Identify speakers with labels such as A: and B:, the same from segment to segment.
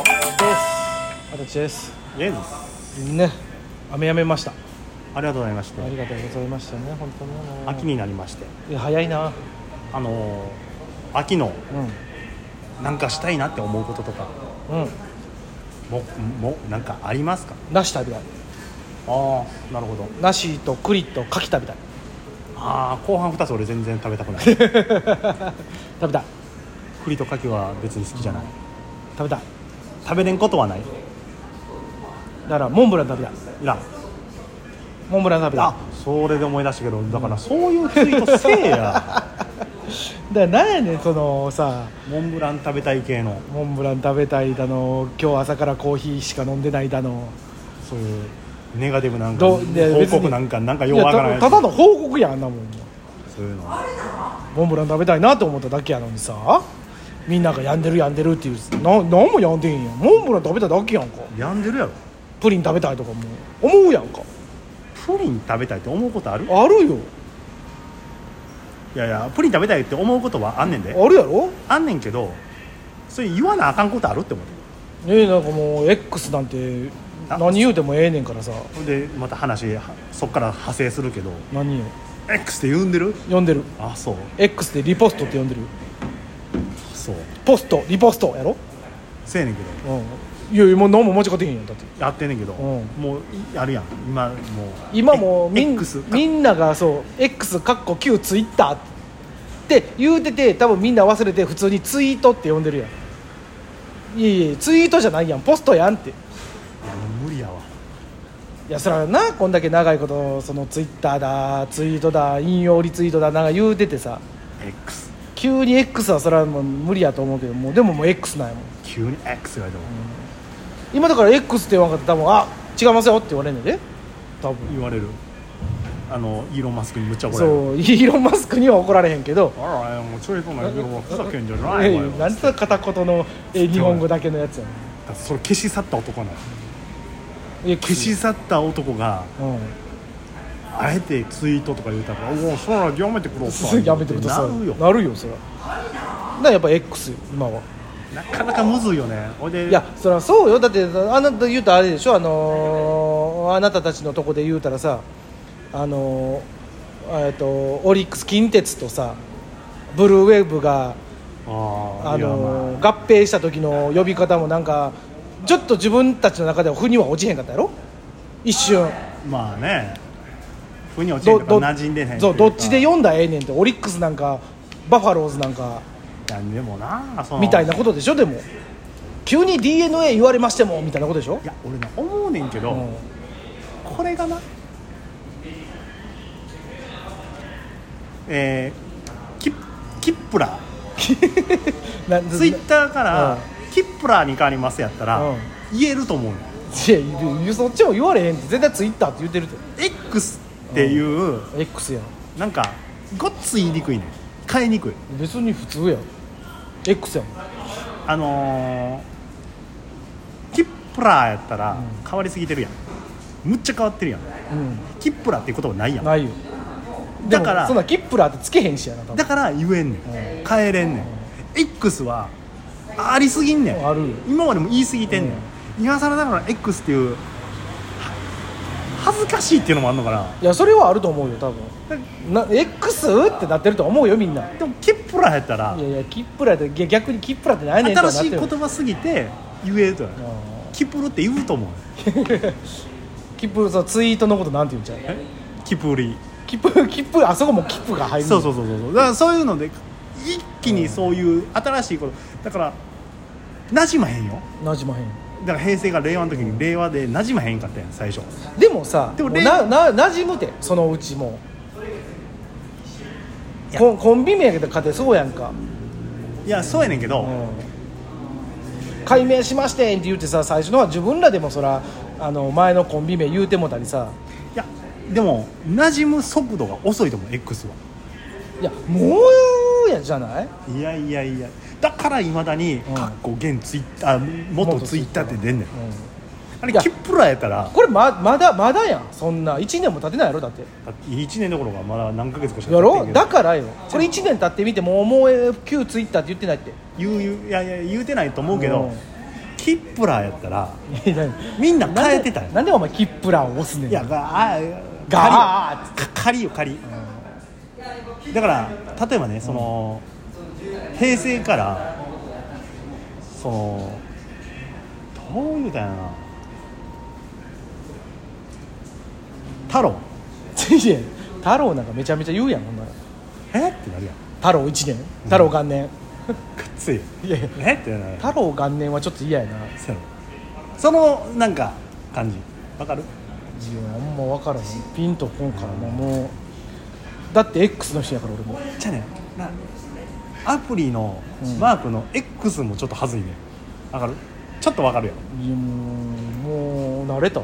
A: あたちです
B: イエズ
A: ね雨やめました
B: ありがとうございまして
A: ありがとうございましたね本当にもう
B: 秋になりまして
A: いや早いな
B: あのー秋の
A: う
B: なんかしたいなって思うこととか
A: んうん
B: ももなんかありますか
A: なし食べたい
B: ああなるほど
A: なしと栗と牡蠣食べたい
B: ああ後半2つ俺全然食べたくない
A: 食べたい
B: 栗と牡蠣は別に好きじゃない
A: 食べたい
B: 食べれんことはない
A: だからモンブラン食べたい
B: いらん
A: モンブラン食べたい
B: あそれで思い出したけどだからそういうツイートせえ や
A: だからなんやねんそのさ
B: モンブラン食べたい系の
A: モンブラン食べたいだの今日朝からコーヒーしか飲んでないだの
B: そういうネガティブなんか
A: どいや
B: 報
A: 別に
B: 告なんかなんかようわからない
A: やたただの報告やんあんなもん
B: そういうの
A: モンブラン食べたいなと思っただけやのにさみんなが病んでる病んでるっていうな何も病んでへんやんモンブラン食べただけやんか
B: 病んでるやろ
A: プリン食べたいとかも思うやんか
B: プリン食べたいって思うことある
A: あるよ
B: いやいやプリン食べたいって思うことはあんねんで
A: あるやろ
B: あんねんけどそれ言わなあかんことあるって思って
A: ねえなんかもう X なんて
B: あ
A: 何言うてもええねんからさ
B: ほんでまた話はそっから派生するけど
A: 何よ
B: X って呼んでる
A: 呼んでる
B: あそう
A: X でリポストって呼んでる
B: そう
A: ポストリポストやろ
B: せえねんけど
A: うんいやいやもう何も間違ってへんやんだって
B: やってんねんけど、
A: うん
B: もういあるやん今もう
A: 今もうみ
B: ミ
A: ん
B: X
A: みんながそう X かっこ Q ツイッターって言うてて多分みんな忘れて普通にツイートって呼んでるやんいやいやツイートじゃないやんポストやんってい
B: いやもう無理やわ
A: やそらなこんだけ長いことそのツイッターだツイートだ引用リツイートだなんか言うててさ
B: X
A: 急に X はそれはもう無理やと思うけどもうでももう X なんやもん
B: 急に X 言われても、
A: 今だから X って言わんかったら多分あ違いますよって言われるんねんで多分
B: 言われるあのイーロン・マスクにむっちゃ怒られる
A: そうイーロン・マスクには怒られへんけど
B: あらもうちょいとないけどふざけんじゃ
A: い
B: な
A: や
B: い
A: いや
B: わよだ
A: なんて片言のえ日本語だけのやつやね
B: ってそれ消し去った男なの
A: んいや
B: 消し去った男が
A: う
B: あえてツイートとか言うたら「おおそらやめてくだ
A: ん
B: さ
A: す
B: い」
A: ぐやめてください
B: なるよ
A: なるよそれはだからやっぱ X よ今は
B: なかなかむずいよねほいで
A: いやそれはそうよだってあなた言うたらあれでしょあのーあなたたちのとこで言うたらさあのーえっとオリックス近鉄とさブルーウェーブが
B: あ
A: あのー合併した時の呼び方もなんかちょっと自分たちの中では腑には落ちへんかったやろ一瞬
B: まあ、まあねふに落ちて
A: ど
B: るか
A: ど
B: 馴染んでへん
A: そうどっちで
B: よ
A: 読んだらええねんってオリックスなんかバファローズなんか
B: なんでもなその
A: みたいなことでしょでも急に d n a 言われましてもみたいなことでしょ
B: い、や俺ね思うねんけど、
A: うん
B: これがなえー、キッキップラ
A: な
B: ツイッターから、
A: うん
B: キップラに変わりますやったら、
A: うん
B: 言えると思うのよ
A: いやいやそっちも言われへんって絶対ツイッターって言ってるって
B: X っていう、
A: X やん
B: なんかごっつ言いにくいねん変えにくい
A: 別に普通やん X やん
B: あのー、キップラーやったら変わりすぎてるやん、むっちゃ変わってるやん
A: うん
B: キップラーっていう言葉ないやん
A: ないよで
B: だ
A: も
B: から
A: そんなキップラーってつけへんしやな多
B: だ
A: 分
B: から言えんねん、変えれんねん、X はありすぎんねん
A: あるよ
B: 今までも言いすぎてんねん、今更だから X っていうは恥ずかしいっていうのもあんのかない
A: やそれはあると思うよ多分な X ってなってると思うよみんな
B: でもキップラーやったら
A: いやいやキップラーっていや逆にキップラーってないねんと
B: 新
A: はなっ
B: しい
A: てる
B: 言葉すぎて言えるとやん
A: うん
B: キプルって言うと思う
A: キップそのツイートのことなんて言うんちゃう
B: えキプリ
A: キップキップあそこもキップが入る
B: そうそうそうそうそうだからそういうので一気にそういう新しいことだからなじまへんよ
A: うなじまへん
B: だから平成が令和の時に令和でなじまへんかったやん最初
A: でもさ
B: でも
A: もう
B: れん
A: なななじむてそのうちもう
B: いや
A: コンコンビ名で勝てそうやんか、
B: いやそうやねんけど、
A: うん、改名しましてんって言ってさ最初のは自分らでもそらあの前のコンビ名言うてもたりさ
B: いやでも馴染む速度が遅いと思う X はい
A: やもうやじゃない
B: いやいやいやだからいまだに「
A: ん
B: かっこ現ツイッター元ツイッター」って出んねん、あれ
A: いや
B: キップラーやったら
A: これままだまだやんそんな1年も経ってないやろだって
B: 1年どころかまだ何ヶ月かしか
A: や
B: 経って
A: ろ
B: んけど
A: だからよこれ1年経ってみてももう旧ツイッターって言ってないって
B: 言う言ういやいや言うてないと思うけ
A: う
B: ど
A: ん
B: キップラーやったら
A: いや
B: みんな変えてた
A: なん
B: よ
A: でなんでお前キップラーを押すねん
B: いやがあ
A: ガーッ
B: 仮よ仮よ仮だから例えばねその、平成からそのどういうたんやな太郎
A: いや太郎なんかめちゃめちゃ言うやんほんなら
B: えってなるやん
A: 太郎1年太郎元
B: く
A: 年、
B: っつい
A: いやいや
B: えってなる
A: 太郎元年はちょっと嫌やな
B: そうそのなんか感じわかる
A: 自分あんま分からへんピンとこんからなもうだって X の人やから俺も
B: じゃあねなアプリの
A: うん
B: マークの X もちょっとはずいねわかるちょっとわかるやん
A: いやもうもう慣れた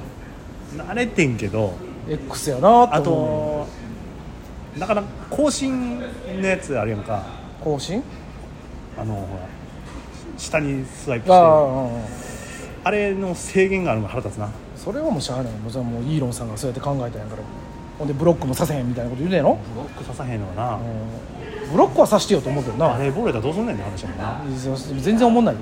B: 慣れてんけど
A: X やな
B: あ
A: と思う
B: となかなか更新のやつあるやんか
A: 更新
B: あのほら下にスワイプして
A: あ
B: あ
A: あああ
B: れの制限があるのが腹立つな
A: それはもうしゃあないもうそれはもうイーロンさんがそうやって考えたんやからほんでブロックもさせへんみたいなこと言うねんの、
B: ブロック刺さへんのはな、
A: うんブロックはさしてよと思うけど
B: バ
A: な
B: レーボールやったらどうすんねんって話やもんな
A: 全然思んないで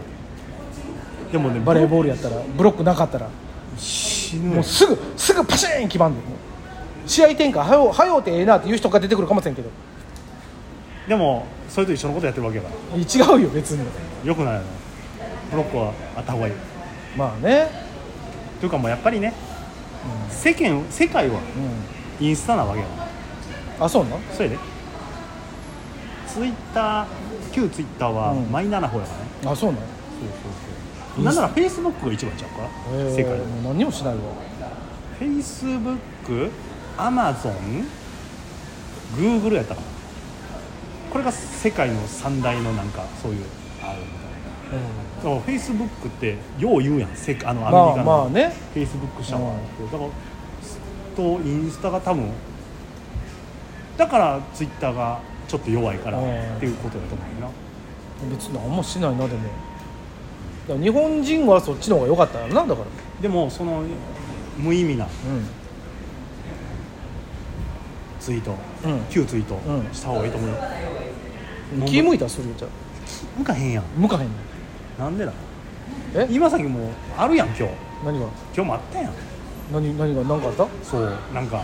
B: でもね
A: バレーボールやったらブロックなかったら
B: 死ぬ
A: も
B: よ
A: うすぐすぐパシーン決まんでもう試合展開はよはようてええなっていう人が出てくるかもしれんけど
B: でもそれと一緒のことやってるわけやか
A: いや違うよ別に
B: らよくないよなブロックはあった方がいい
A: まあね、
B: というかもうやっぱりね、世間世界は
A: う
B: インスタなわけやから
A: ん、あそうなん
B: それでツイッター旧ツイッターは
A: うん
B: マイナーな方やからね、
A: あそう
B: そうそう
A: なん
B: そうなんならフェイスブックが一番ちゃうか
A: えー
B: 世界で
A: もう何にもしないわ
B: フェイスブックアマゾングーグルやったかなこれが世界の三大のなんかそういうあるみたいなそうフェイスブックってよう言うやん世界あのアメリカの、
A: まあまあね
B: フェイスブック社はって、だからとインスタが多分だからツイッターがちょっと弱いから
A: うん
B: っていうことだと思うな
A: 別に何もしないなでもだから日本人はそっちの方が良かったんやろなだから
B: でもその無意味なツイート、
A: うん
B: 旧ツイート
A: うん
B: した方がいいと思うよ、
A: うん気向いたらするよじゃあ
B: 向かへんやん
A: 向かへんの
B: なんでだ
A: え
B: 今先もうあるやん今日
A: 何が
B: 今日もあったやん
A: 何何が何かあった
B: そうなんか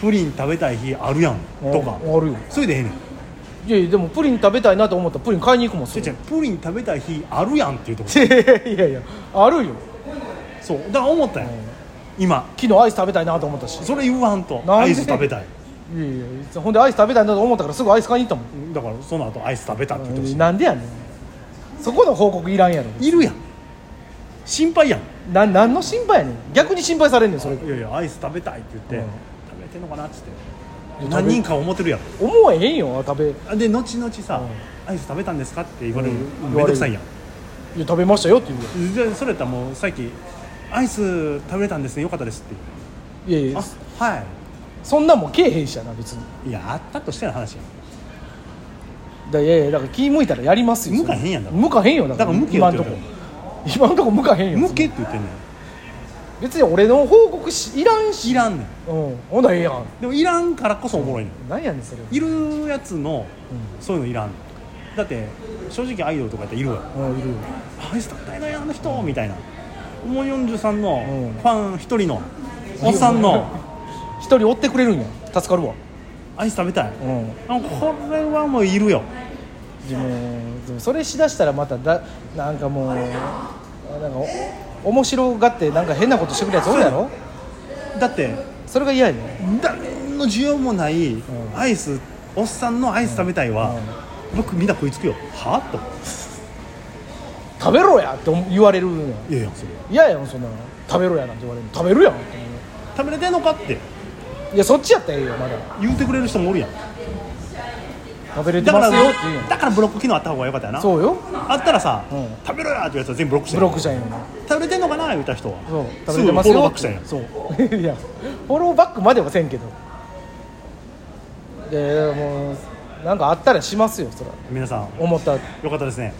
B: プリン食べたい日あるやんとか
A: うんあるよ
B: それでええねん
A: いやいやでもプリン食べたいなと思ったらプリン買いに行くもんす
B: ち
A: ぐ
B: ょちょプリン食べたい日あるやんっていうとこ
A: いやいやいやあるよ、
B: そうだから思ったやん、
A: うん
B: 今
A: 昨日アイス食べたいなと思ったし
B: それ言わんと
A: なんで
B: アイス食べたい
A: いやいやほんでアイス食べたいなと思ったからすぐアイス買いに行ったもん
B: だからその後アイス食べたって言ってほしい
A: なんでやねんそこの報告いらんやろ
B: いるやん心配やんい
A: な何の心配やねん逆に心配されんねんそれ
B: やいやアイス食べたいって言って、
A: うん
B: 食べてんのかなっつって
A: べ
B: 何人か思ってるやん
A: 思えへんよ食べい
B: あで後々さ、
A: う
B: アイス食べたんですか?」って言われる、
A: うん
B: めんどくさいやん
A: や食べましたよって言うよ
B: じゃあそれやったらもうさっき「アイス食べれたんですねよかったです」って
A: いやい
B: 言
A: や
B: うあは
A: そんなんもんけえへんしやな別に
B: いいやあったとしての話やん
A: だいやいやだから気向いたらやりますよ
B: 向かへんやんだから
A: 向かへんよだ
B: だから向けよ
A: 今
B: っ
A: ん
B: て
A: と
B: 言
A: こ
B: うて
A: 今んとこ向かへんよ
B: 向けって言ってんね
A: 別に俺の報告しいらんし
B: んいらんねん
A: うんほんならええやん
B: でもいらんからこそおもろいねん
A: なんやねんそれ
B: いるやつの
A: う
B: そういうのいらんねんだって正直アイドルとかやったらいるわよ
A: うんいるよ
B: アイス食べたいなあの人みたいなもう43の
A: うん
B: ファン一人のおっさんの
A: 一人追ってくれるんや助かるわ
B: アイス食べたい
A: うん
B: あこれはもういるよ
A: でもでもそれしだしたらまただなんかもうあなんかお面白がってなんか変なことしてくるやつおるやろ
B: だって
A: それが嫌やね
B: 誰の需要もない
A: ん
B: アイスおっさんのアイス食べたいは僕みんな食いつくよはあと
A: 食べろやって思言われるんや
B: いやいやそれ
A: 嫌やんそんなの食べろやなんて言われるの食べるやんって思
B: 食べれてんのかって
A: ういやそっちやったらええよまだ
B: 言うてくれる人もおるやん
A: 食べれて
B: だか
A: ま
B: ら
A: すよって言うや
B: だからブロック機能あった方がよかったよ
A: ん
B: な
A: そうよ
B: あったらさ
A: うん
B: 食べろやってやつは全部ブロックし
A: ブ
B: て
A: ロックしたんやん
B: 食べれてんのかな言うた人は
A: そう
B: す
A: 食
B: ぐフォ
A: べて
B: ロ
A: ます
B: ーバ
A: よ
B: ックしたんやん
A: そう いやフォローバックまではせんけどでもうなんかあったらしますよそら
B: 皆さん
A: 思った
B: よかったですね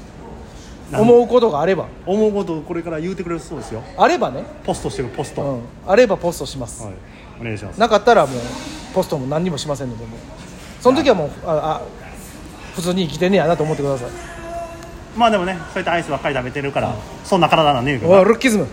B: なん
A: 思うことがあれば
B: 思うことをこれから言うてくれるそうですよ
A: あればね、
B: ポストしてるポスト、
A: う
B: は
A: ん、あればポストします、
B: い、お願いします
A: なかったらもうポストも何にもしませんのでもうその時はもうああ普通に生きてんねやなと思ってください
B: まあでもねそういったアイスばっかり食べてるから、そんな体なんねえけど
A: お
B: ない
A: ルッキズム